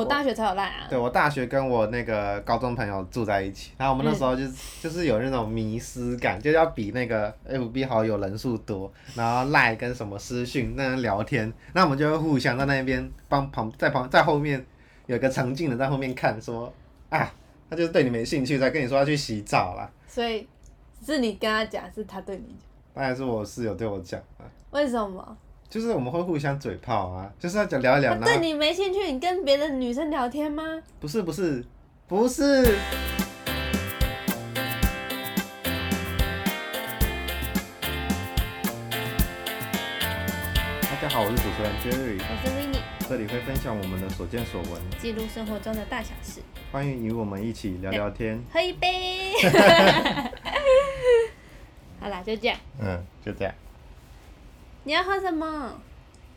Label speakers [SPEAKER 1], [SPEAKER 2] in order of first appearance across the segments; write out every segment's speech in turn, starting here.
[SPEAKER 1] 我大学才有赖啊。
[SPEAKER 2] 对我大学跟我那个高中朋友住在一起，然后
[SPEAKER 1] 嗯
[SPEAKER 2] 我们那时候就是、就是有那种迷失感，就是要比那个 FB 好友人数多，然后赖跟什么私讯那样聊天，那我们就会互相在那边帮旁在旁在后面有一个沉静的在后面看说啊，他就是对你没兴趣，在跟你说要去洗澡啦。
[SPEAKER 1] 所以是你跟他讲，是他对你讲，
[SPEAKER 2] 当然是我室友对我讲啊，
[SPEAKER 1] 为什么？
[SPEAKER 2] 就是我们会互相嘴炮啊，就是要讲聊一聊，
[SPEAKER 1] 他
[SPEAKER 2] 然后
[SPEAKER 1] 对你没兴趣，你跟别的女生聊天吗？
[SPEAKER 2] 不是不是不是。大家好，我是主持人 Jerry，
[SPEAKER 1] 我是 Winnie，
[SPEAKER 2] 这里会分享我们的所见所闻，
[SPEAKER 1] 记录生活中的大小事，
[SPEAKER 2] 欢迎与我们一起聊聊天。
[SPEAKER 1] 喝一 杯。好啦，就这样。
[SPEAKER 2] 嗯，就这样。
[SPEAKER 1] 你要喝什么？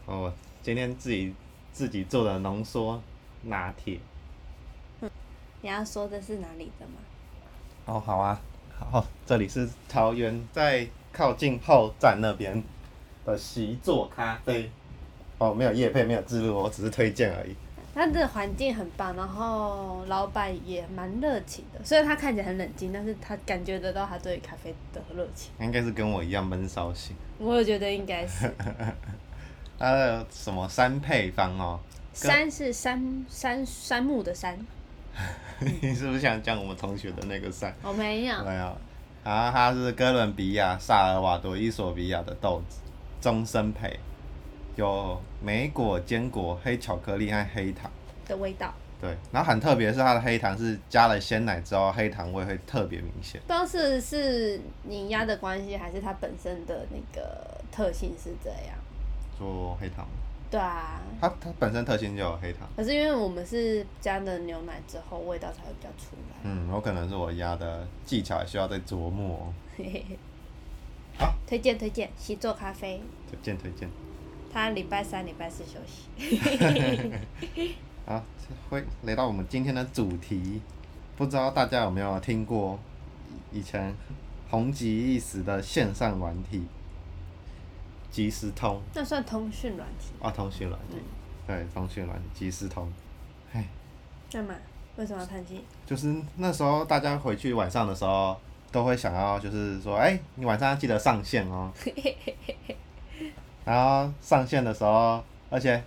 [SPEAKER 2] 哦，我今天自己自己做的浓缩拿铁。
[SPEAKER 1] 你要说的是哪里的吗？
[SPEAKER 2] 哦，好啊，好，这里是桃园，在靠近后站那边的席座咖啡。哦，没有夜配，没有自录，我只是推荐而已。
[SPEAKER 1] 它的环境很棒，然后老板也蛮热情的，虽然他看起来很冷静，但是他感觉得到他对咖啡的热情。
[SPEAKER 2] 应该是跟我一样闷骚型。
[SPEAKER 1] 我也觉得应该 是
[SPEAKER 2] 它的什么三配方哦？
[SPEAKER 1] 山是山山山木的山，
[SPEAKER 2] 你是不是想讲我们同学的那个三？
[SPEAKER 1] 我没有。
[SPEAKER 2] 没有。然后它是哥伦比亚、萨尔瓦多、伊索比亚的豆子，终身配，有莓果、坚果、黑巧克力和黑糖。
[SPEAKER 1] 的味道。
[SPEAKER 2] 对，然后很特别的是它的黑糖是加了鲜奶之后，黑糖味会特别明显。
[SPEAKER 1] 不知道是是你压的关系，还是它本身的那个特性是这样。
[SPEAKER 2] 做黑糖，
[SPEAKER 1] 对啊，
[SPEAKER 2] 它它本身特性就有黑糖。
[SPEAKER 1] 可是因为我们是加了牛奶之后，味道才会比较出来。
[SPEAKER 2] 嗯，有可能是我压的技巧还需要再琢磨哦、
[SPEAKER 1] 嘿嘿嘿
[SPEAKER 2] 好，
[SPEAKER 1] 推荐推荐西座咖啡，
[SPEAKER 2] 推荐推荐。
[SPEAKER 1] 它礼拜三、礼拜四休息。
[SPEAKER 2] 好，会来到我们今天的主题，不知道大家有没有听过以前红极一时的线上软体即时通
[SPEAKER 1] 那算通讯软体，
[SPEAKER 2] 啊，通讯软体，对，通讯软体即时通，哎，
[SPEAKER 1] 干嘛？为什么要叹气？
[SPEAKER 2] 就是那时候大家回去晚上的时候，都会想要就是说，哎、你晚上要记得上线哦。然后上线的时候，而且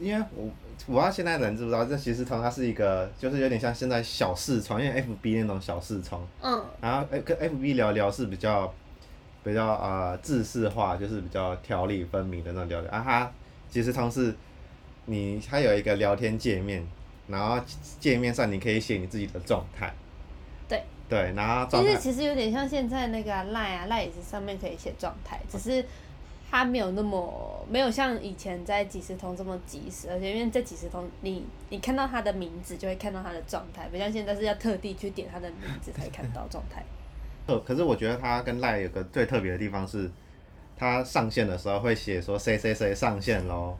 [SPEAKER 2] 因为我我要现在人知不知道，这其实通它是一个就是有点像现在小视窗，因为 FB 那种小视窗，
[SPEAKER 1] 嗯，
[SPEAKER 2] 然后哎跟 FB 聊聊是比较比较呃制式化，就是比较条理分明的那种聊聊。啊哈，即时通是你它有一个聊天界面，然后界面上你可以写你自己的状态。
[SPEAKER 1] 对。
[SPEAKER 2] 对，然后状
[SPEAKER 1] 其实
[SPEAKER 2] 态
[SPEAKER 1] 其实有点像现在那个啊赖啊，赖也是上面可以写状态，只是它没有那么没有像以前在即时通这么及时，而且因为在即时通你你看到他的名字就会看到他的状态，不像现在是要特地去点他的名字才看到状态。
[SPEAKER 2] 呃，可是我觉得它跟赖有个最特别的地方是，它上线的时候会写说谁谁谁上线喽，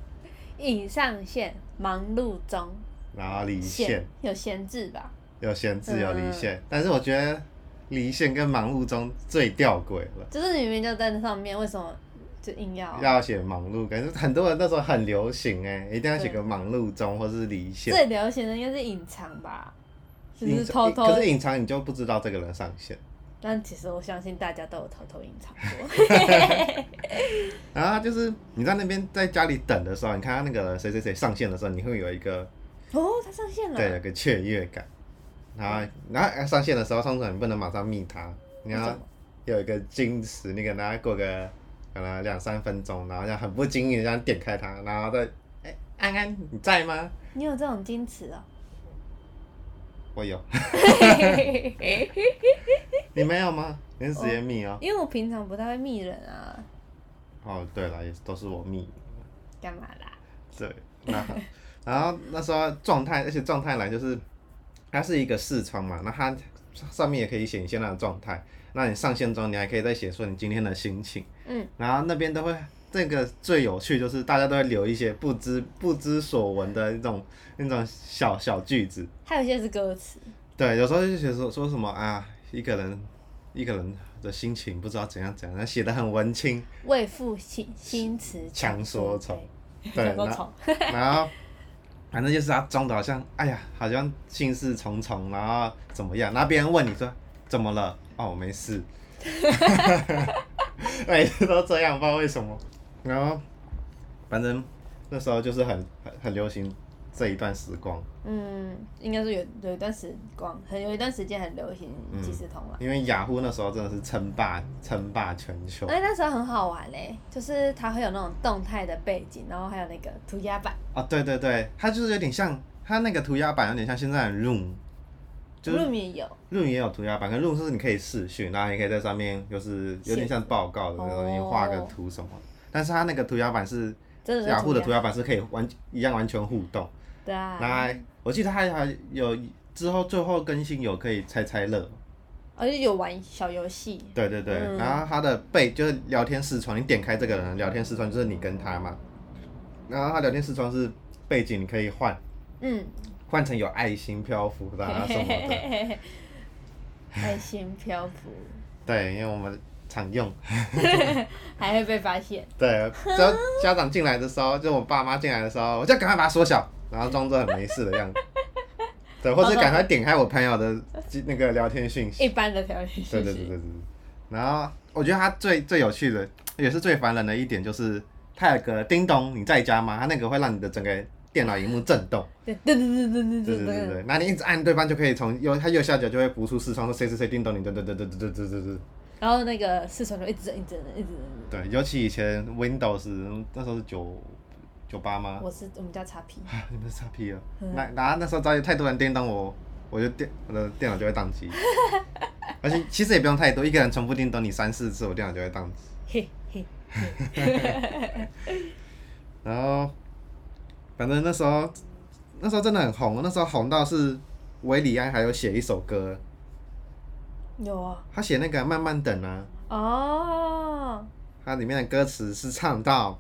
[SPEAKER 1] 已上线，忙碌中，
[SPEAKER 2] 然后离线
[SPEAKER 1] 有闲置吧？
[SPEAKER 2] 有闲置有离
[SPEAKER 1] 嗯
[SPEAKER 2] 线，但是我觉得离线跟忙碌中最吊诡了。
[SPEAKER 1] 就是你明明就在那上面，为什么就硬要？
[SPEAKER 2] 要写忙碌，感觉很多人那时候很流行哎、一定要写
[SPEAKER 1] 对
[SPEAKER 2] 个忙碌中或是离线。
[SPEAKER 1] 最流行的应该是隐藏吧，就
[SPEAKER 2] 隐
[SPEAKER 1] 是
[SPEAKER 2] 藏
[SPEAKER 1] 偷偷
[SPEAKER 2] 可是隐藏你就不知道这个人上线。
[SPEAKER 1] 但其实我相信大家都有偷偷隐藏过。
[SPEAKER 2] 然后就是你在那边在家里等的时候，你看他那个谁谁谁上线的时候，你会有一个
[SPEAKER 1] 哦，他上线了。
[SPEAKER 2] 对有个雀跃感。然后然后呃上线的时候，通常你不能马上密他，
[SPEAKER 1] 为
[SPEAKER 2] 你
[SPEAKER 1] 什
[SPEAKER 2] 要
[SPEAKER 1] 么
[SPEAKER 2] 有一个矜持，你给他过个可能两三分钟，然后要很不经意的这样点开他，然后再哎安安你在吗？
[SPEAKER 1] 你有这种矜持 哦。
[SPEAKER 2] 我有，你没有吗？你是直接密哦。
[SPEAKER 1] 因为我平常不太会密人啊，
[SPEAKER 2] 哦，对了，也是都是我密，
[SPEAKER 1] 干嘛啦？
[SPEAKER 2] 对，那然后那时候状态，而且状态栏就是它是一个视窗嘛，那它上面也可以写你现在的状态，那你上线中你还可以再写说你今天的心情，
[SPEAKER 1] 嗯，
[SPEAKER 2] 然后那边都会。这个最有趣就是大家都会留一些不知不知所闻的那种那种小小句子，
[SPEAKER 1] 还有一些是歌词，
[SPEAKER 2] 对，有时候就写说说什么啊，一个人一个人的心情不知道怎样怎样，那写的很文青，
[SPEAKER 1] 为赋新新词
[SPEAKER 2] 强说
[SPEAKER 1] 愁
[SPEAKER 2] 愁，
[SPEAKER 1] 强
[SPEAKER 2] 对，
[SPEAKER 1] 说
[SPEAKER 2] 那
[SPEAKER 1] 愁。
[SPEAKER 2] 然后反正就是他装的好像，哎呀，好像心事重重，然后怎么样？然后别人问你说怎么了？哦，没事。 每次都这样，不知道为什么。然后，反正那时候就是很很很流行这一段时光，
[SPEAKER 1] 嗯，应该是有有一段时光，很有一段时间很流行
[SPEAKER 2] 嗯
[SPEAKER 1] 即时通了。
[SPEAKER 2] 因为雅虎那时候真的是称霸称霸全球
[SPEAKER 1] 而。且哎那时候很好玩嘞、就是它会有那种动态的背景，然后还有那个涂鸦板
[SPEAKER 2] 啊，对对对，它就是有点像它那个涂鸦板，有点像现在的 Room，就是
[SPEAKER 1] r o 也有，
[SPEAKER 2] Room 也有涂鸦板，可是 Room 是你可以视讯，然后你可以在上面就是有点像报告的那
[SPEAKER 1] 写字
[SPEAKER 2] 种，你画个
[SPEAKER 1] 哦
[SPEAKER 2] 图什么。但是它那个涂鸦板是
[SPEAKER 1] 真的是
[SPEAKER 2] 雅虎的涂
[SPEAKER 1] 鸦，
[SPEAKER 2] 鸦板是可以完一样完全互动。
[SPEAKER 1] 对
[SPEAKER 2] 那
[SPEAKER 1] 啊，
[SPEAKER 2] 还我记得它还有之后最后更新有可以猜猜乐，
[SPEAKER 1] 而且哦有玩小游戏，
[SPEAKER 2] 对对对，
[SPEAKER 1] 嗯
[SPEAKER 2] 然后它的背就是聊天视窗，你点开这个人聊天视窗就是你跟他嘛，然后它聊天视窗是背景你可以换。
[SPEAKER 1] 嗯，
[SPEAKER 2] 换成有爱心漂浮的啊什么 的，
[SPEAKER 1] 的，爱心漂浮，
[SPEAKER 2] 对，因为我们常用。
[SPEAKER 1] 还会被发现，
[SPEAKER 2] 对，只要家长进来的时候，就我爸妈进来的时候，我就赶快把它缩小，然后装作很没事的样子。对，或者赶快点开我朋友的那个聊天讯息。
[SPEAKER 1] 一般的条件信息，
[SPEAKER 2] 对对对对对。对然后我觉得他最最有趣的，也是最烦人的一点就是，他有个叮咚，你在家吗？他那个会让你的整个电脑荧幕震动。
[SPEAKER 1] 对对对对对
[SPEAKER 2] 对
[SPEAKER 1] 嗯对
[SPEAKER 2] 对对对，那你一直按，对方就可以从右他右下角就会浮出视窗说谁谁谁叮咚你，对对对对对对对对对。
[SPEAKER 1] 然后那个四川就一直一直一直，
[SPEAKER 2] 对，尤其以前 Windows 那时候是九九八吗？
[SPEAKER 1] 我是我们家叉 P，
[SPEAKER 2] 啊你们是傻逼了
[SPEAKER 1] 嗯！
[SPEAKER 2] 那然后那时候只要有太多人叮咚我，我就电我的电脑就会宕机。而且其实也不用太多，一个人重复叮咚你三四次，我电脑就会宕机。
[SPEAKER 1] 嘿嘿，
[SPEAKER 2] 然后，反正那时候那时候真的很红，那时候红到是韦礼安还有写一首歌，
[SPEAKER 1] 有啊，
[SPEAKER 2] 他写那个慢慢等啊，
[SPEAKER 1] 哦，
[SPEAKER 2] 它里面的歌词是唱到，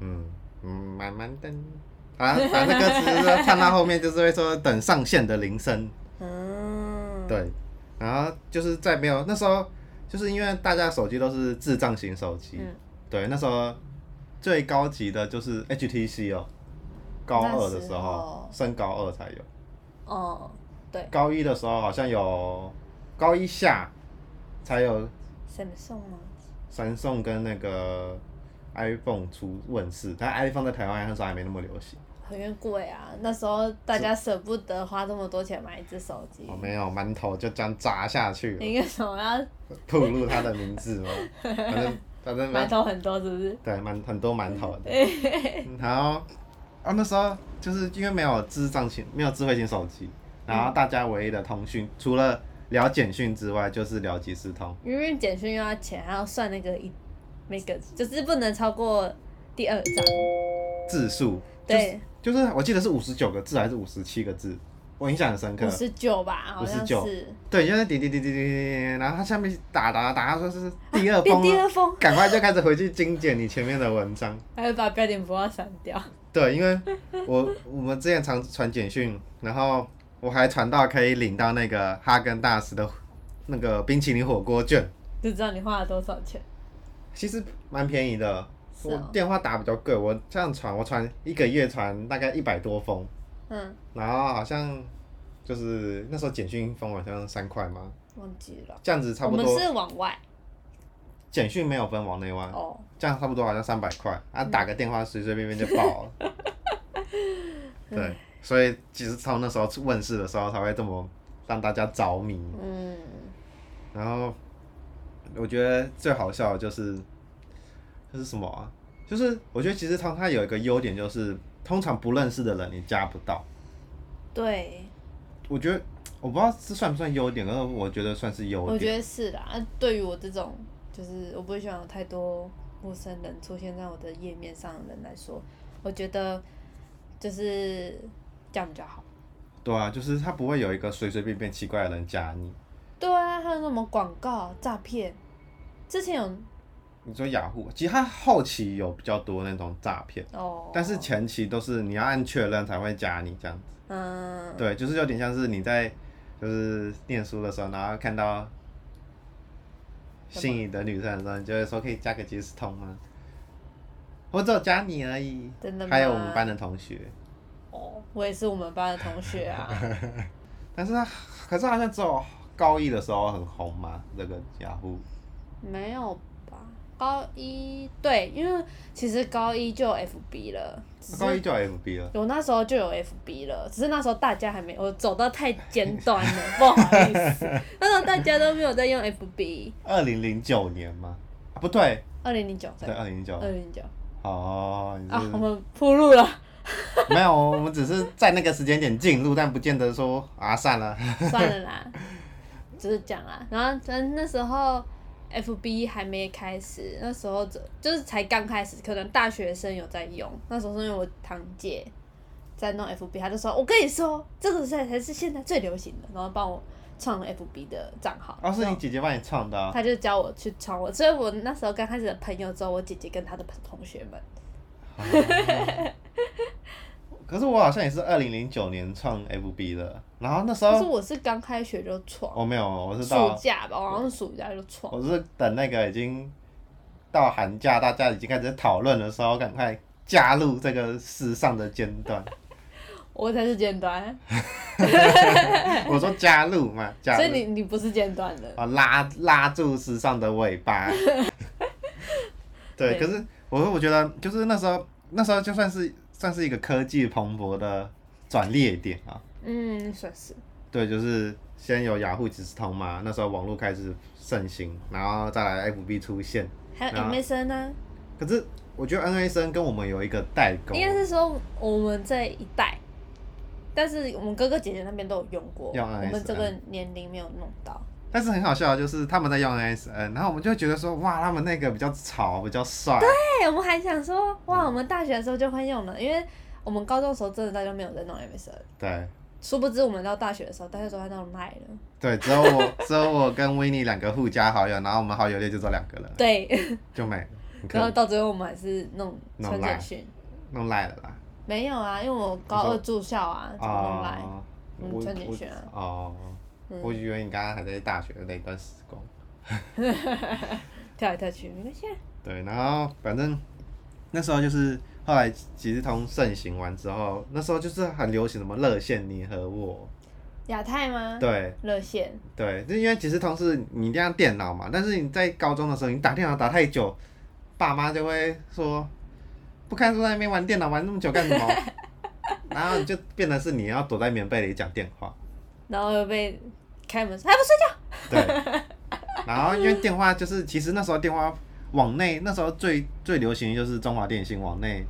[SPEAKER 2] 嗯嗯，慢慢等，啊，反正歌词就是说唱到后面就是会说等上线的铃声，
[SPEAKER 1] 嗯，，
[SPEAKER 2] 对，然后就是在没有那时候，就是因为大家手机都是智障型手机，
[SPEAKER 1] 嗯
[SPEAKER 2] 对，那时候最高级的就是 HTC 哦，高二的
[SPEAKER 1] 那
[SPEAKER 2] 时
[SPEAKER 1] 时候
[SPEAKER 2] 候，升高二才有，
[SPEAKER 1] 哦，对
[SPEAKER 2] 高一的时候好像有，高一下才有
[SPEAKER 1] ，Samsung 吗？
[SPEAKER 2] 三送跟那个 iPhone 出问世，但 iPhone 在台湾那时候还没那么流行。
[SPEAKER 1] 很贵啊，那时候大家舍不得花这么多钱买一只手机
[SPEAKER 2] 我、，哦没有馒头就这样砸下去了，
[SPEAKER 1] 你为什么要
[SPEAKER 2] 透露他的名字吗？反 正反正
[SPEAKER 1] 馒头很多是不是？
[SPEAKER 2] 对馒很多馒头的。 然后啊那时候就是因为没有智障型没有智慧型手机，然后大家唯一的通讯、除了聊简讯之外，就是聊即时通。
[SPEAKER 1] 因为简讯又要钱，还要算那个一那个，就是不能超过第二张。
[SPEAKER 2] 字数
[SPEAKER 1] 对，
[SPEAKER 2] 就是我记得是五十九个字还是五十七个字，我印象很深刻。
[SPEAKER 1] 五十九吧，好像
[SPEAKER 2] 59
[SPEAKER 1] 是。
[SPEAKER 2] 对，就是点点点点点点点点，然后他下面打打打，他说是第二
[SPEAKER 1] 变
[SPEAKER 2] 封
[SPEAKER 1] 第
[SPEAKER 2] 了，
[SPEAKER 1] 二封，
[SPEAKER 2] 赶快就开始回去精简你前面的文章。
[SPEAKER 1] 还会把标点符号删掉。
[SPEAKER 2] 对，因为我我们之前常传简讯，然后我还传到可以领到那个哈根达斯的那个冰淇淋火锅券，
[SPEAKER 1] 就知道你花了多少钱。
[SPEAKER 2] 其实蛮便宜的。
[SPEAKER 1] 是
[SPEAKER 2] 我
[SPEAKER 1] 哦
[SPEAKER 2] 电话打比较贵，我这样传，我传一个月传大概一百多封，
[SPEAKER 1] 嗯，
[SPEAKER 2] 然后好像就是那时候简讯一封好像三块嘛，
[SPEAKER 1] 忘记了。
[SPEAKER 2] 这样子差
[SPEAKER 1] 我
[SPEAKER 2] 不
[SPEAKER 1] 们
[SPEAKER 2] 多。
[SPEAKER 1] 是往外
[SPEAKER 2] 简讯没有分往内外，
[SPEAKER 1] 哦，
[SPEAKER 2] 这样差不多好像三百块，啊，
[SPEAKER 1] 嗯
[SPEAKER 2] 打个电话随随便便就爆了。 对，所以其实从那时候问世的时候才会这么让大家着迷。
[SPEAKER 1] 嗯，
[SPEAKER 2] 然后我觉得最好笑的就是，就是什么啊？就是我觉得其实它它有一个优点就是，通常不认识的人你加不到。
[SPEAKER 1] 对，
[SPEAKER 2] 我觉得我不知道这算不算优点，可是我觉得算是优点。
[SPEAKER 1] 我觉得是啦。啊对于我这种，就是我不会喜欢有太多陌生人出现在我的页面上的人来说，我觉得就是这样比较好。
[SPEAKER 2] 对啊，就是它不会有一个随随便便奇怪的人加你。
[SPEAKER 1] 对啊，还有什么广告诈骗？之前有
[SPEAKER 2] 你说雅虎，其实它后期有比较多那种诈骗。
[SPEAKER 1] 哦，
[SPEAKER 2] 但是前期都是你要按确认才会加你这样子，
[SPEAKER 1] 嗯，
[SPEAKER 2] 对，就是有点像是你在就是念书的时候，然后看到心仪的女生的时候，你就会说可以加个啊即时通吗？我只有加你而已，
[SPEAKER 1] 真的吗哦
[SPEAKER 2] 还有我们班的同学，
[SPEAKER 1] 我也是我们班的同学 啊。
[SPEAKER 2] 但是它可是好像只有高一的时候很红嘛，这个雅虎。
[SPEAKER 1] 没有吧？高一对，因为其实高一就有 FB 了，只
[SPEAKER 2] 高一
[SPEAKER 1] 是
[SPEAKER 2] 就有 FB 了。
[SPEAKER 1] 我那时候就有 FB 了，只是那时候大家还没，我走到太尖端了， 不好意思，那时候大家都没有在用 FB。
[SPEAKER 2] 二零零九年吗？啊，不对，
[SPEAKER 1] 二零零九
[SPEAKER 2] 对，啊二零零九
[SPEAKER 1] 二。零零九
[SPEAKER 2] 哦，你
[SPEAKER 1] 啊，我
[SPEAKER 2] 是
[SPEAKER 1] 们铺路了，
[SPEAKER 2] 没有，我们只是在那个时间点进入，但不见得说啊，算了。
[SPEAKER 1] 算了啦，就是这样啦。然后但那时候 FB 还没开始，那时候就就是才刚开始，可能大学生有在用。那时候是因为我堂姐在弄 FB，她就说：“我跟你说，这个才才是现在最流行的。”然后帮我创了 FB 的账号。
[SPEAKER 2] 哦，是
[SPEAKER 1] 然
[SPEAKER 2] 你
[SPEAKER 1] 后
[SPEAKER 2] 姐姐帮你创的啊、
[SPEAKER 1] 她就教我去创我，所以我那时候刚开始的朋友只有我姐姐跟她的同学们。
[SPEAKER 2] 可是我好像也是二零零九年创 FB 的，然后那时
[SPEAKER 1] 可是
[SPEAKER 2] 候哦
[SPEAKER 1] 我是刚开学就创，
[SPEAKER 2] 我、没有，哦我是
[SPEAKER 1] 暑
[SPEAKER 2] 到
[SPEAKER 1] 假吧，我好像是暑假就创。
[SPEAKER 2] 我是等那个已经到寒假，大家已经开始讨论的时候，赶快加入这个世上的尖端。
[SPEAKER 1] 我才是尖端，
[SPEAKER 2] 我说加入嘛，加
[SPEAKER 1] 所以
[SPEAKER 2] 入
[SPEAKER 1] 你你不是尖端的。
[SPEAKER 2] 啊，拉拉住时尚的尾巴。
[SPEAKER 1] 对
[SPEAKER 2] 对，可是我我觉得就是那时候，那时候就算是算是一个科技蓬勃的转捩点啊。
[SPEAKER 1] 嗯，算是。
[SPEAKER 2] 对，就是先有雅虎即时通嘛，那时候网络开始盛行，然后再来 FB 出现。
[SPEAKER 1] 还有
[SPEAKER 2] 然后
[SPEAKER 1] MSN 呢、
[SPEAKER 2] 可是我觉得 NSN 跟我们有一个代沟
[SPEAKER 1] 应，该是说我们这一代，但是我们哥哥姐姐那边都有用过，
[SPEAKER 2] 用啊
[SPEAKER 1] 我们
[SPEAKER 2] MSN
[SPEAKER 1] 这个年龄没有弄到。
[SPEAKER 2] 但是很好笑的就是他们在用 NSN，然后我们就会觉得说哇，他们那个比较潮，比较帅。
[SPEAKER 1] 哎、我们还想说，
[SPEAKER 2] 嗯
[SPEAKER 1] 哇，我们大学的时候就会用了，因为我们高中的时候真的大家没有在弄 MSN，
[SPEAKER 2] 对
[SPEAKER 1] 殊不知我们到大学的时候，大家都在弄 Line 了。
[SPEAKER 2] 对，只有我只有我跟维尼两个互加好友，然后我们好友列就这两个人，
[SPEAKER 1] 对，
[SPEAKER 2] 就没了，很可
[SPEAKER 1] 然后
[SPEAKER 2] 能
[SPEAKER 1] 到最后我们还是弄
[SPEAKER 2] 弄
[SPEAKER 1] 传简
[SPEAKER 2] Line
[SPEAKER 1] 讯。
[SPEAKER 2] 弄赖了啦。
[SPEAKER 1] 没有啊，因为我高
[SPEAKER 2] 你说
[SPEAKER 1] 二住校啊，怎么弄 Line？、
[SPEAKER 2] 哦
[SPEAKER 1] 嗯
[SPEAKER 2] 我
[SPEAKER 1] 传简
[SPEAKER 2] 我
[SPEAKER 1] 讯啊
[SPEAKER 2] 哦，我
[SPEAKER 1] 嗯，
[SPEAKER 2] 以为你刚刚还在大学的那段时光。
[SPEAKER 1] 跳来跳去没关系啊。
[SPEAKER 2] 对，然后反正那时候就是后来即时通盛行完之后，那时候就是很流行什么热线你和我，
[SPEAKER 1] 亚太吗？
[SPEAKER 2] 对
[SPEAKER 1] 热线，
[SPEAKER 2] 对，就因为即时通是你一定要电脑嘛，但是你在高中的时候你打电脑打太久，爸妈就会说不看书在那边玩电脑玩那么久干 什么？然后你就变得是你要躲在棉被里讲电话，
[SPEAKER 1] 然后又被开门说还不睡觉。
[SPEAKER 2] 对，然后因为电话就是其实那时候电话往内那时候最最流行的就是中华电信往内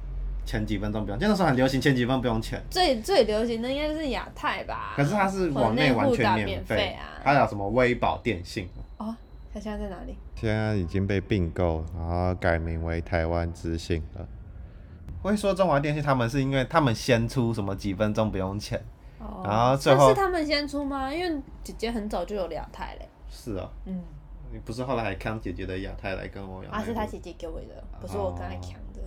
[SPEAKER 2] 前几分钟不用，就那时候很流行前几分钟不用钱，
[SPEAKER 1] 最最流行的应该是亚太吧？
[SPEAKER 2] 可是它是往内完全
[SPEAKER 1] 网内互打
[SPEAKER 2] 免
[SPEAKER 1] 免
[SPEAKER 2] 费
[SPEAKER 1] 费啊，
[SPEAKER 2] 还有什么微保电信，
[SPEAKER 1] 哦，它现在在哪里？
[SPEAKER 2] 现在已经被并购，然后改名为台湾之信了。会说中华电信他们是因为他们先出什么几分钟不用钱，
[SPEAKER 1] 哦，
[SPEAKER 2] 然后最
[SPEAKER 1] 那
[SPEAKER 2] 后
[SPEAKER 1] 是他们先出吗？因为姐姐很早就有亚太嘞。
[SPEAKER 2] 是哦，
[SPEAKER 1] 嗯，
[SPEAKER 2] 你不是后来还看姐姐的亚太来跟我聊那个？
[SPEAKER 1] 啊，是她姐姐给我的，不是我跟她抢的。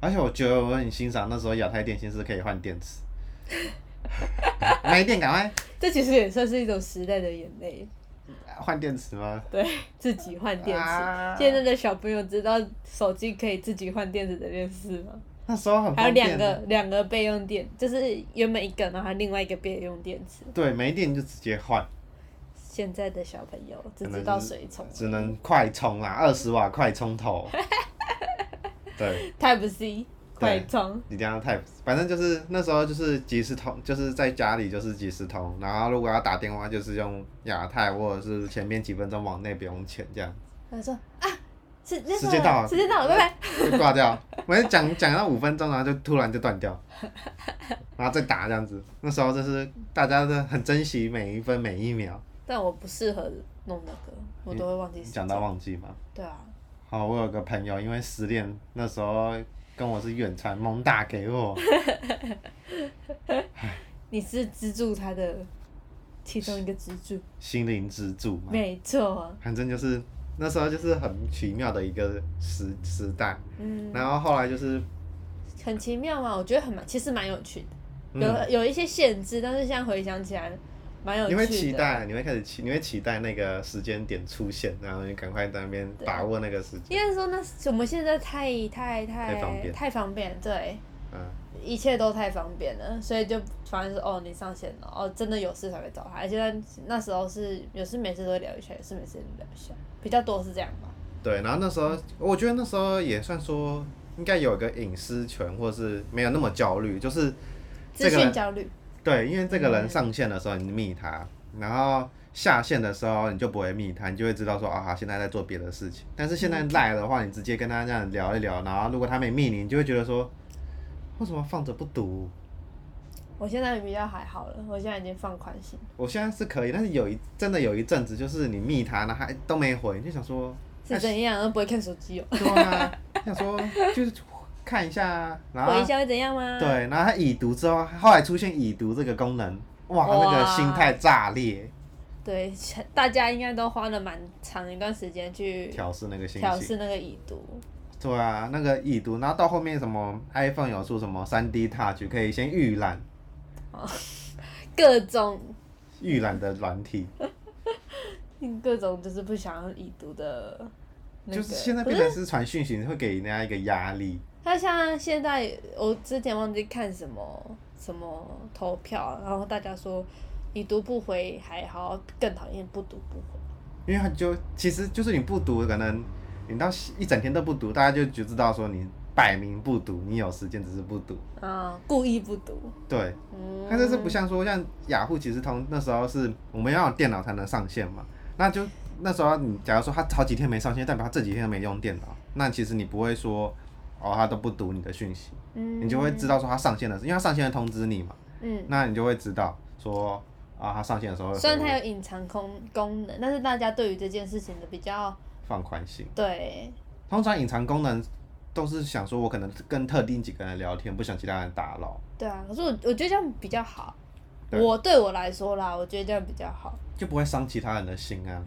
[SPEAKER 2] 而且我觉得我很欣赏那时候亚太电信是可以换电池，没电赶快
[SPEAKER 1] 这其实也算是一种时代的眼泪，
[SPEAKER 2] 换电池吗？
[SPEAKER 1] 对自己换电池。
[SPEAKER 2] 啊
[SPEAKER 1] 现在的小朋友知道手机可以自己换电池这件事吗？
[SPEAKER 2] 那时候很
[SPEAKER 1] 还有
[SPEAKER 2] 方
[SPEAKER 1] 两
[SPEAKER 2] 便
[SPEAKER 1] 个
[SPEAKER 2] 的。
[SPEAKER 1] 两个备用电，就是原本一个，然后还另外一个备用电池。
[SPEAKER 2] 对，没电就直接换，
[SPEAKER 1] 现在的小朋友只
[SPEAKER 2] 可能
[SPEAKER 1] 知道
[SPEAKER 2] 就是
[SPEAKER 1] 水桶，
[SPEAKER 2] 只能快充啦，二十瓦快充 头。对，
[SPEAKER 1] Type C 快充。
[SPEAKER 2] 一定要 Type，反正就是那时候就是即时通，就是在家里就是即时通，然后如果要打电话就是用亚太或者是前面几分钟往内不用钱这样，
[SPEAKER 1] 他说啊，时间
[SPEAKER 2] 时间到了
[SPEAKER 1] 时间到了，拜拜。
[SPEAKER 2] 就挂掉。我就讲讲到五分钟，然后就突然就断掉，然后再打这样子。那时候就是大家都很珍惜每一分每一秒。
[SPEAKER 1] 但我不适合弄那个，我都会忘记
[SPEAKER 2] 你
[SPEAKER 1] 时
[SPEAKER 2] 讲
[SPEAKER 1] 间。
[SPEAKER 2] 到忘记吗？
[SPEAKER 1] 对啊，
[SPEAKER 2] 好，我有个朋友因为失恋，那时候跟我是远传猛打给我，
[SPEAKER 1] 你是资助他的其中一个支柱，
[SPEAKER 2] 心灵支柱嘛。
[SPEAKER 1] 没错。
[SPEAKER 2] 反正就是那时候就是很奇妙的一个时时代，
[SPEAKER 1] 嗯，
[SPEAKER 2] 然后后来就是
[SPEAKER 1] 很奇妙嘛，我觉得很蛮，其实蛮有趣的。有、
[SPEAKER 2] 嗯，
[SPEAKER 1] 有一些限制，但是现在回想起来，蛮有
[SPEAKER 2] 你
[SPEAKER 1] 趣的。
[SPEAKER 2] 会期待，你会开始期，你会期待那个时间点出现，然后你赶快在那边
[SPEAKER 1] 对
[SPEAKER 2] 把握那个时
[SPEAKER 1] 应
[SPEAKER 2] 间。
[SPEAKER 1] 该是说那我们现在太太
[SPEAKER 2] 太方
[SPEAKER 1] 太
[SPEAKER 2] 便
[SPEAKER 1] 太方便，对，
[SPEAKER 2] 嗯，
[SPEAKER 1] 一切都太方便了，所以就反正是哦，你上线了，哦，真的有事才会找他。而且那那时候是有事没事都会聊一下，有事没事聊一下，比较多是这样吧。
[SPEAKER 2] 对，然后那时候我觉得那时候也算说应该有一个隐私权，或是没有那么焦虑，就是
[SPEAKER 1] 资
[SPEAKER 2] 这个
[SPEAKER 1] 讯
[SPEAKER 2] 人
[SPEAKER 1] 焦虑，
[SPEAKER 2] 对，因为这个
[SPEAKER 1] 嗯
[SPEAKER 2] 人上线的时候你密他，然后下线的时候你就不会密他，你就会知道说啊，他现在在做别的事情。但是现在赖的话，你直接跟他这样聊一聊，然后如果他没密你，你就会觉得说，为什么放着不读？
[SPEAKER 1] 我现在比较还好了，我现在已经放宽心，
[SPEAKER 2] 我现在是可以，但是有一真的有一阵子，就是你密他，然后还都没回，你就想说，
[SPEAKER 1] 是怎样都不会看手机哦，
[SPEAKER 2] 对啊，想说就是看一下，啊然后
[SPEAKER 1] 回一下会怎样吗？，
[SPEAKER 2] 对，然后他已读之后，后来出现已读这个功能，哇，他那个
[SPEAKER 1] 哇
[SPEAKER 2] 心态炸裂，
[SPEAKER 1] 对，大家应该都花了蛮长一段时间去
[SPEAKER 2] 调试那个心
[SPEAKER 1] 调
[SPEAKER 2] 情。
[SPEAKER 1] 试那个已读，
[SPEAKER 2] 对啊，那个已读，然后到后面什么 iPhone 有出什么3 D Touch，可以先预览
[SPEAKER 1] 各种
[SPEAKER 2] 预览的软体，
[SPEAKER 1] 各种就是不想要已读的、那个。
[SPEAKER 2] 就是现在
[SPEAKER 1] 可
[SPEAKER 2] 变成是传讯息会给人家一个压力。
[SPEAKER 1] 他像现在，我之前忘记看什么什么投票，然后大家说已读不回还好，更讨厌不读不回。
[SPEAKER 2] 因为他就其实就是你不读，可能你到一整天都不读，大家就就知道说你摆明不读，你有时间只是不读。
[SPEAKER 1] 啊，故意不读，
[SPEAKER 2] 对，
[SPEAKER 1] 嗯，
[SPEAKER 2] 但是这不像说像雅虎即时通那时候是我们要有电脑才能上线嘛，那就那时候你假如说他好几天没上线，代表他这几天都没用电脑，那其实你不会说哦他都不读你的讯息，
[SPEAKER 1] 嗯，
[SPEAKER 2] 你就会知道说他上线了，因为他上线会通知你嘛，
[SPEAKER 1] 嗯，
[SPEAKER 2] 那你就会知道说啊他上线的时候会
[SPEAKER 1] 虽然它
[SPEAKER 2] 回
[SPEAKER 1] 有隐藏功功能，但是大家对于这件事情的比较
[SPEAKER 2] 放宽心。
[SPEAKER 1] 对，
[SPEAKER 2] 通常隐藏功能都是想说我可能跟特定几个人聊天，不想其他人打扰，
[SPEAKER 1] 对啊，可是我我觉得这样比较好，
[SPEAKER 2] 对
[SPEAKER 1] 我对我来说啦，我觉得这样比较好，
[SPEAKER 2] 就不会伤其他人的心 啊。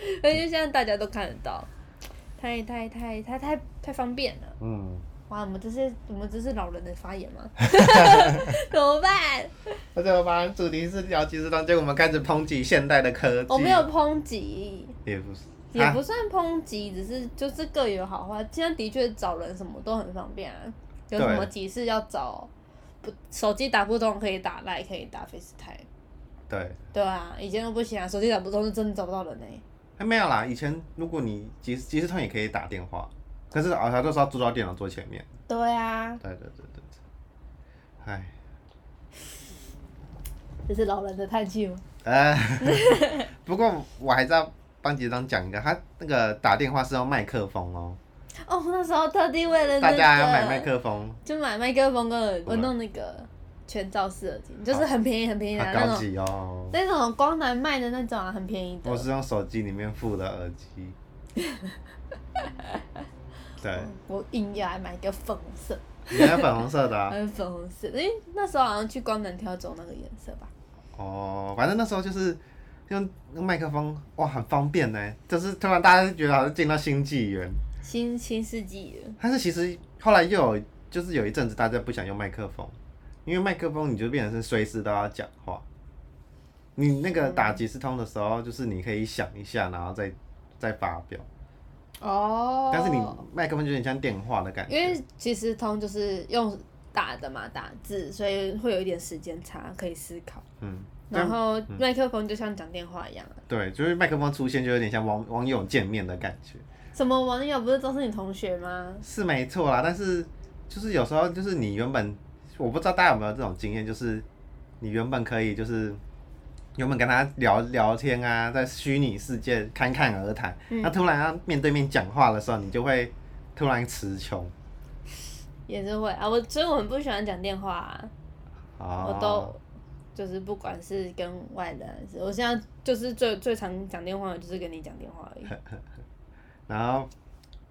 [SPEAKER 1] 因为现在大家都看得到，太太太太太太方便了。
[SPEAKER 2] 嗯，
[SPEAKER 1] 哇，我们这是我们这是老人的发言吗？ 怎么办？
[SPEAKER 2] 那这个吧，主题是聊即时通，结果我们开始抨击现代的科技。
[SPEAKER 1] 我没有，抨击，
[SPEAKER 2] 也不是，
[SPEAKER 1] 也
[SPEAKER 2] 啊
[SPEAKER 1] 不算抨击，只是就是各有好坏。现在的确找人什么都很方便啊，有什么
[SPEAKER 2] 对
[SPEAKER 1] 急事要找，不手机打不通可以打赖，可以打 FaceTime。
[SPEAKER 2] 对，
[SPEAKER 1] 对啊，以前都不行啊，手机打不通是真的找不到人欸呢、
[SPEAKER 2] 还哎没有啦。以前如果你即时即时通也可以打电话，可是啊，他都是要坐到电脑桌前面。
[SPEAKER 1] 对啊，
[SPEAKER 2] 对对对对对，哎唉，
[SPEAKER 1] 这是老人的叹气吗？
[SPEAKER 2] 呃， 不过我还是要帮杰章讲一个，他那个打电话是要麦克风哦，
[SPEAKER 1] 哦，那时候特地为了、那
[SPEAKER 2] 大
[SPEAKER 1] 个、
[SPEAKER 2] 家要买麦克风，
[SPEAKER 1] 就买麦克风跟耳，我
[SPEAKER 2] 我们
[SPEAKER 1] 弄那个全罩式耳机，就是很便宜很便宜的
[SPEAKER 2] 好
[SPEAKER 1] 啊那
[SPEAKER 2] 高
[SPEAKER 1] 种，
[SPEAKER 2] 级哦。
[SPEAKER 1] 那种光南卖的那种啊，很便宜的
[SPEAKER 2] 我。是用手机里面附的耳机。 对，
[SPEAKER 1] 我硬要来买一个粉红色，
[SPEAKER 2] 你要粉红色的、啊。
[SPEAKER 1] 嗯，粉红色，因为那时候好像去光南挑走那个颜色吧。
[SPEAKER 2] 哦，反正那时候就是用用麦克风，哇，很方便呢。就是突然大家就觉得好像进到新纪元，
[SPEAKER 1] 新新世纪了，
[SPEAKER 2] 但是其实后来又有，就是有一阵子大家不想用麦克风，因为麦克风你就变成是随时都要讲话。你那个打即时通的时候，就是你可以想一下，然后再再发表。
[SPEAKER 1] 哦
[SPEAKER 2] 但是你麦克风就有点像电话的感觉。
[SPEAKER 1] 因为其实通就是用打的嘛，打字，所以会有一点时间差，可以思考。
[SPEAKER 2] 嗯，
[SPEAKER 1] 然后麦克风就像讲电话一样啊，
[SPEAKER 2] 对，就是麦克风出现就有点像网网友见面的感觉，
[SPEAKER 1] 什么网友不是都是你同学吗？
[SPEAKER 2] 是没错啦。但是就是有时候就是你原本我不知道大家有没有这种经验，就是你原本可以就是原本跟他聊聊天啊，在虚拟世界侃侃而谈，那、突然要面对面讲话的时候，你就会突然词穷。
[SPEAKER 1] 也是会啊，我所以我很不喜欢讲电话、啊。我
[SPEAKER 2] 哦，
[SPEAKER 1] 都就是不管是跟外人还是，我现在就是最最常讲电话的就是跟你讲电话而已。
[SPEAKER 2] 然后，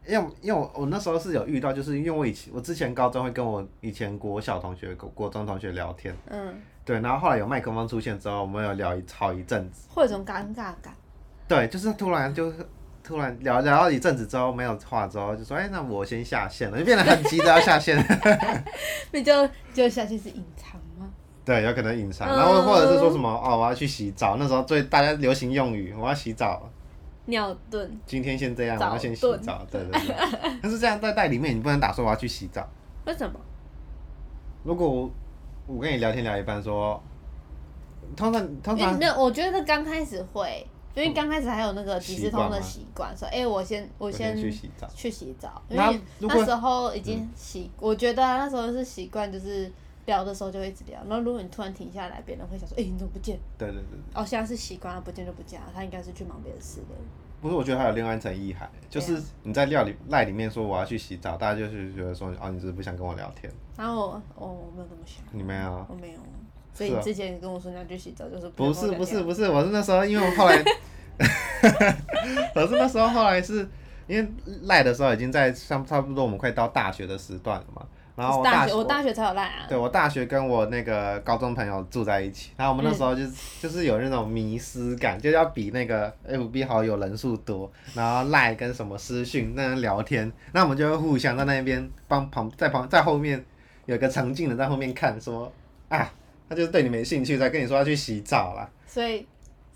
[SPEAKER 2] 因为因为我我那时候是有遇到，就是因为我以前我之前高中会跟我以前国小同学、国国中同学聊天。
[SPEAKER 1] 嗯，
[SPEAKER 2] 对，然后后来有麦克风出现之后，我们有聊一好一阵子。
[SPEAKER 1] 会有一种尴尬感。
[SPEAKER 2] 对，就是突然就是突然聊聊到一阵子之后没有话之后，就说哎、那我先下线了，就变得很急着要下线。
[SPEAKER 1] 那就就下去是隐藏吗？
[SPEAKER 2] 对，有可能隐藏，
[SPEAKER 1] 嗯
[SPEAKER 2] 然后或者是说什么哦，我要去洗澡。那时候最大家流行用语，我要洗澡，
[SPEAKER 1] 尿遁，
[SPEAKER 2] 今天先这样，我要先洗
[SPEAKER 1] 早遁
[SPEAKER 2] 澡。对对对。但是这样在在里面，你不能打说我要去洗澡，
[SPEAKER 1] 为什么？
[SPEAKER 2] 如果我我跟你聊天聊一半说，通常通
[SPEAKER 1] 因为
[SPEAKER 2] 常
[SPEAKER 1] 那我觉得刚开始会，因为刚开始还有那个即时通的习惯，说哎、我先我
[SPEAKER 2] 我
[SPEAKER 1] 先
[SPEAKER 2] 去洗澡，
[SPEAKER 1] 去洗澡，因
[SPEAKER 2] 那
[SPEAKER 1] 为
[SPEAKER 2] 如果嗯
[SPEAKER 1] 那时候已经习，我觉得啊、那时候是习惯，就是聊的时候就一直聊，然后如果你突然停下来，别人会想说，哎、你怎么不见？
[SPEAKER 2] 对对对，
[SPEAKER 1] 哦，现在是习惯了，不见就不见了，他应该是去忙别的事的。
[SPEAKER 2] 不是，我觉得还有另外一层意涵，
[SPEAKER 1] 啊
[SPEAKER 2] 就是你在料理赖里面说我要去洗澡，大家就是觉得说哦，你只是不想跟我聊天，
[SPEAKER 1] 然后我，哦，我没有那么想，
[SPEAKER 2] 你没有。
[SPEAKER 1] 我没有。所以
[SPEAKER 2] 是啊
[SPEAKER 1] 你之前跟我说你要去洗澡，就是
[SPEAKER 2] 不
[SPEAKER 1] 要
[SPEAKER 2] 是
[SPEAKER 1] 跟我
[SPEAKER 2] 不是
[SPEAKER 1] 聊天
[SPEAKER 2] 不是，我是那时候，因为我后 来，我是那时候后来是因为赖的时候已经在像差不多我们快到大学的时段了嘛，然后
[SPEAKER 1] 是
[SPEAKER 2] 我
[SPEAKER 1] 大
[SPEAKER 2] 学
[SPEAKER 1] 学我大学才有赖啊。
[SPEAKER 2] 对我大学跟我那个高中朋友住在一起，然后我们那时候就、就是有那种迷失感，就要比那个 FB 好友人数多，然后赖跟什么私讯那样聊天，那我们就会互相在那边帮旁在旁在后面有一个沉静的在后面看说啊，他就是对你没兴趣，才跟你说要去洗澡啦。
[SPEAKER 1] 所以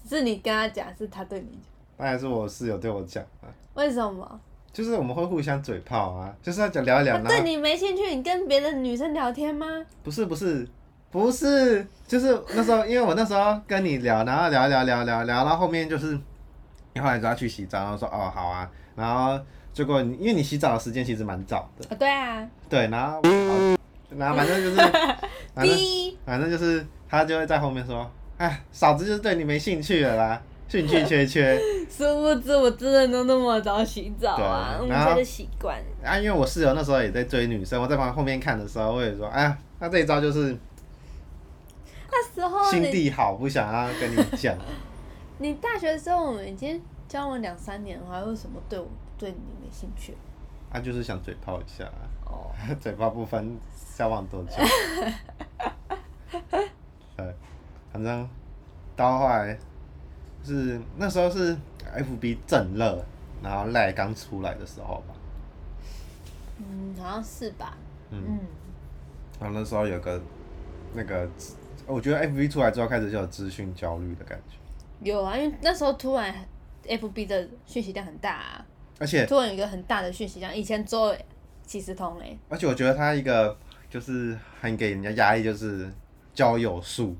[SPEAKER 1] 是你跟他讲，是他对你讲，
[SPEAKER 2] 当然是我室友对我讲啊，
[SPEAKER 1] 为什么？
[SPEAKER 2] 就是我们会互相嘴炮啊，就是要讲聊一聊，
[SPEAKER 1] 他
[SPEAKER 2] 然
[SPEAKER 1] 对
[SPEAKER 2] 后
[SPEAKER 1] 你没兴趣，你跟别的女生聊天吗？
[SPEAKER 2] 不是不是不是，就是那时候，因为我那时候跟你聊，然后聊聊聊聊聊，到后面就是你后来就要去洗澡，然后说哦好啊，然后结果你因为你洗澡的时间其实蛮早的，
[SPEAKER 1] 啊、对啊，
[SPEAKER 2] 对，然后哦然后反正就是反正
[SPEAKER 1] 逼
[SPEAKER 2] 反正就是他就会在后面说，哎，嫂子就是对你没兴趣了啦，兴趣缺缺。
[SPEAKER 1] 殊不知我真的都那么早洗澡啊，
[SPEAKER 2] 对
[SPEAKER 1] 我
[SPEAKER 2] 然后
[SPEAKER 1] 们的习惯。
[SPEAKER 2] 啊，因为我室友那时候也在追女生，我在旁后面看的时候，我也说，哎呀，他这一招就是
[SPEAKER 1] 那时候
[SPEAKER 2] 心
[SPEAKER 1] 你
[SPEAKER 2] 地好，不想要跟你讲。
[SPEAKER 1] 你大学的时候，我们已经交往两三年了，还为什么对我对你没兴趣？
[SPEAKER 2] 他、啊就是想嘴炮一下啊，
[SPEAKER 1] 哦，
[SPEAKER 2] 嘴炮不分交往多久。对，反正到后来是那时候是 FB 正热，然后赖刚出来的时候吧。
[SPEAKER 1] 嗯，好像是吧。
[SPEAKER 2] 嗯
[SPEAKER 1] 嗯，
[SPEAKER 2] 然后那时候有个那个，我觉得 FB 出来之后开始就有资讯焦虑的感觉，
[SPEAKER 1] 有啊，因为那时候突然 FB 的讯息量很大、啊，
[SPEAKER 2] 而且
[SPEAKER 1] 突然有一个很大的讯息量，以前只有即时通欸嘞、
[SPEAKER 2] 而且我觉得他一个就是很给人家压力，就是交友术。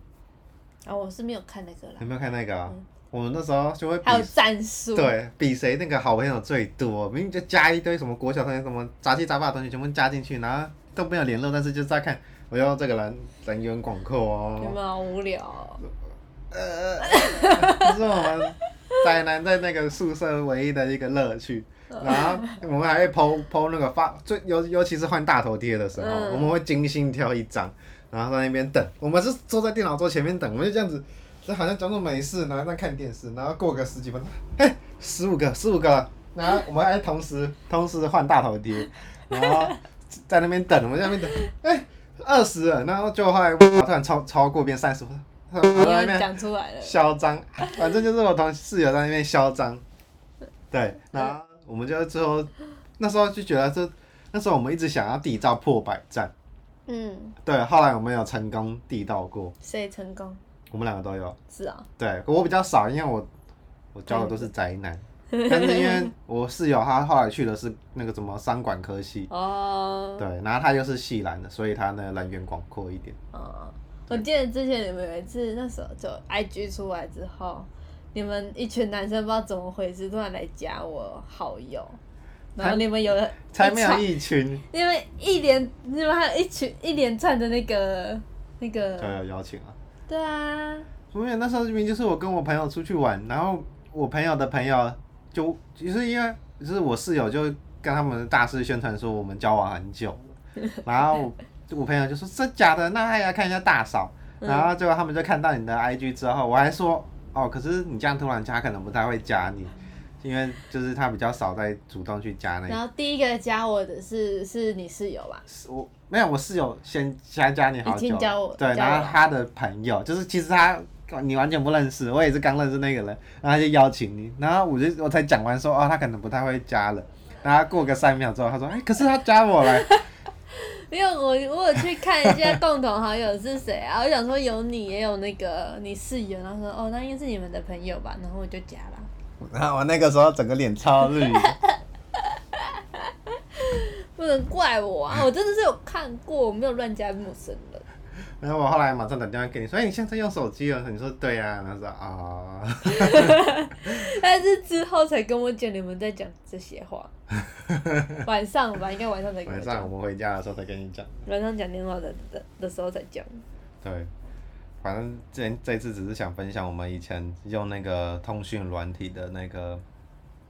[SPEAKER 1] 啊、我是没有看那个啦
[SPEAKER 2] 有，没有看那个啊？我们那时候就会比
[SPEAKER 1] 还有战术，，
[SPEAKER 2] 对比谁那个好朋友最多，明明就加一堆什么国小同学、什么杂七杂八的同学全部加进去，然后都没有联络，但是就在看，我用这个人人员广阔
[SPEAKER 1] 有
[SPEAKER 2] 哦。
[SPEAKER 1] 没有好无聊哦、
[SPEAKER 2] 呃， 这是我们宅男在那个宿舍唯一的一个乐趣。
[SPEAKER 1] 嗯
[SPEAKER 2] 然后我们还会剖剖那个发，最尤尤其是换大头贴的时候，
[SPEAKER 1] 嗯
[SPEAKER 2] 我们会精心挑一张，然后在那边等。我们是坐在电脑桌前面等，我们就这样子，就好像装作没事，然后在看电视，然后过个十几分钟，哎，十五个，十五个了，然后我们还同时同时换大头贴，然后在那边等，我们在那边等，哎，二十了，然后就后来我突然超超过变三十，然后
[SPEAKER 1] 你
[SPEAKER 2] 在那
[SPEAKER 1] 要
[SPEAKER 2] 边
[SPEAKER 1] 讲出来了，
[SPEAKER 2] 嚣张，反正就是我同室友在那边嚣张。对，然后我们就最后那时候就觉得这，那时候我们一直想要缔造破百战，
[SPEAKER 1] 嗯，
[SPEAKER 2] 对，后来我们有成功缔造过，
[SPEAKER 1] 谁成功？
[SPEAKER 2] 我们两个都有。
[SPEAKER 1] 是啊，
[SPEAKER 2] 对我比较少，因为我我教的都是宅男，但是因为我室友他后来去的是那个什么商管科系，
[SPEAKER 1] 哦，
[SPEAKER 2] 对，然后他又是系篮的，所以他呢人员广阔一点。
[SPEAKER 1] 哦，我记得之前你们有一次，那时候就 IG 出来之后，你们一群男生不知道怎么回事，突然来加我好友，然后你们有
[SPEAKER 2] 才没有
[SPEAKER 1] 场
[SPEAKER 2] 一群，
[SPEAKER 1] 你们一连你们还有一群一连串的那个那
[SPEAKER 2] 对，
[SPEAKER 1] 个，
[SPEAKER 2] 有邀请啊。
[SPEAKER 1] 对啊，
[SPEAKER 2] 因为那时候明明就是我跟我朋友出去玩，然后我朋友的朋友就就是因为就是我室友就跟他们大肆宣传说我们交往很久了，然后我我朋友就说真假的，那他也要看一下大嫂，
[SPEAKER 1] 嗯
[SPEAKER 2] 然后结果他们就看到你的 IG 之后，我还说哦，可是你这样突然加，可能不太会加你，因为就是他比较少在主动去加那
[SPEAKER 1] 然后第一个加我的是是你室友吧？
[SPEAKER 2] 我没有，我室友先先加你好
[SPEAKER 1] 已
[SPEAKER 2] 久
[SPEAKER 1] 经
[SPEAKER 2] 了，
[SPEAKER 1] 加我
[SPEAKER 2] 对，
[SPEAKER 1] 加我
[SPEAKER 2] 然后他的朋友就是其实他你完全不认识，我也是刚认识那个人，然后他就邀请你，然后我就我才讲完说哦，他可能不太会加了，然后过个三秒之后，他说哎、可是他加我 了，
[SPEAKER 1] 因为我我有去看一下共同好友是谁啊，我想说有你也有那个你室友，然后说哦那应该是你们的朋友吧，然后我就加了。
[SPEAKER 2] 然后我那个时候整个脸超绿，
[SPEAKER 1] 不不能怪我 啊！我真的是有看过，我没有乱加陌生人。
[SPEAKER 2] 然后我后来马上打电话给你说，哎、你现在用手机了？你说对啊，然后说啊，
[SPEAKER 1] 但是之后才跟我讲你们在讲这些 话，晚上吧，应该晚上才跟我
[SPEAKER 2] 晚上我
[SPEAKER 1] 讲，
[SPEAKER 2] 们回家的时候再跟你讲。
[SPEAKER 1] 晚上讲电话的的的时候才讲。
[SPEAKER 2] 对，反正这这次只是想分享我们以前用那个通讯软体的那个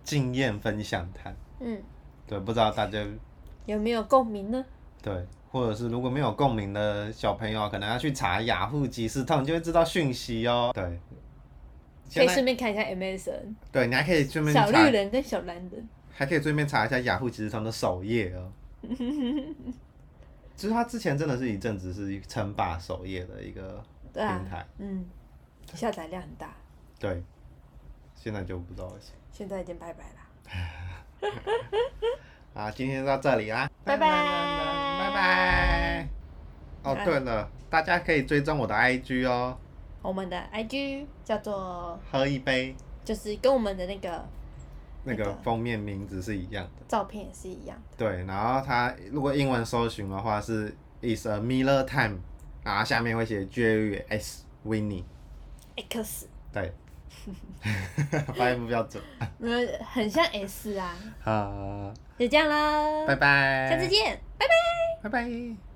[SPEAKER 2] 经验分享谈。
[SPEAKER 1] 嗯，
[SPEAKER 2] 对，不知道大家
[SPEAKER 1] 有没有共鸣呢？
[SPEAKER 2] 对，或者是如果没有共鸣的小朋友，可能要去查雅虎即时通，你就会知道讯息哦。对，
[SPEAKER 1] 可
[SPEAKER 2] 现
[SPEAKER 1] 以
[SPEAKER 2] 在
[SPEAKER 1] 顺便看一下 MSN，
[SPEAKER 2] 对，你还可以顺便
[SPEAKER 1] 小
[SPEAKER 2] 查
[SPEAKER 1] 绿人跟小蓝人。
[SPEAKER 2] 还可以顺便查一下雅虎即时通的首页 哦。其实它之前真的是一阵子是称霸首页的一个
[SPEAKER 1] 对
[SPEAKER 2] 平台，
[SPEAKER 1] 啊，嗯，下载量很大，
[SPEAKER 2] 对，现在就不知道为什么
[SPEAKER 1] 现在已经拜拜啦。
[SPEAKER 2] 啊，今天就到这里啦，
[SPEAKER 1] 拜拜
[SPEAKER 2] 拜拜。哦，对了，大家可以追踪我的 IG 哦，
[SPEAKER 1] 我们的 IG 叫做，
[SPEAKER 2] 喝一杯，
[SPEAKER 1] 就是跟我们的那个
[SPEAKER 2] 那
[SPEAKER 1] 那
[SPEAKER 2] 个
[SPEAKER 1] 个
[SPEAKER 2] 封面名字是一样的。
[SPEAKER 1] 照片也是一样。
[SPEAKER 2] 对，然后它如果英文搜寻的话是 is a Miller time，然后下面会写 J S Winnie，
[SPEAKER 1] X，
[SPEAKER 2] 对， 发音不标准
[SPEAKER 1] 嗯，很像 S 啊，
[SPEAKER 2] 啊，
[SPEAKER 1] 就这样啦，
[SPEAKER 2] 拜拜，
[SPEAKER 1] 下次，见，拜拜。
[SPEAKER 2] 拜拜。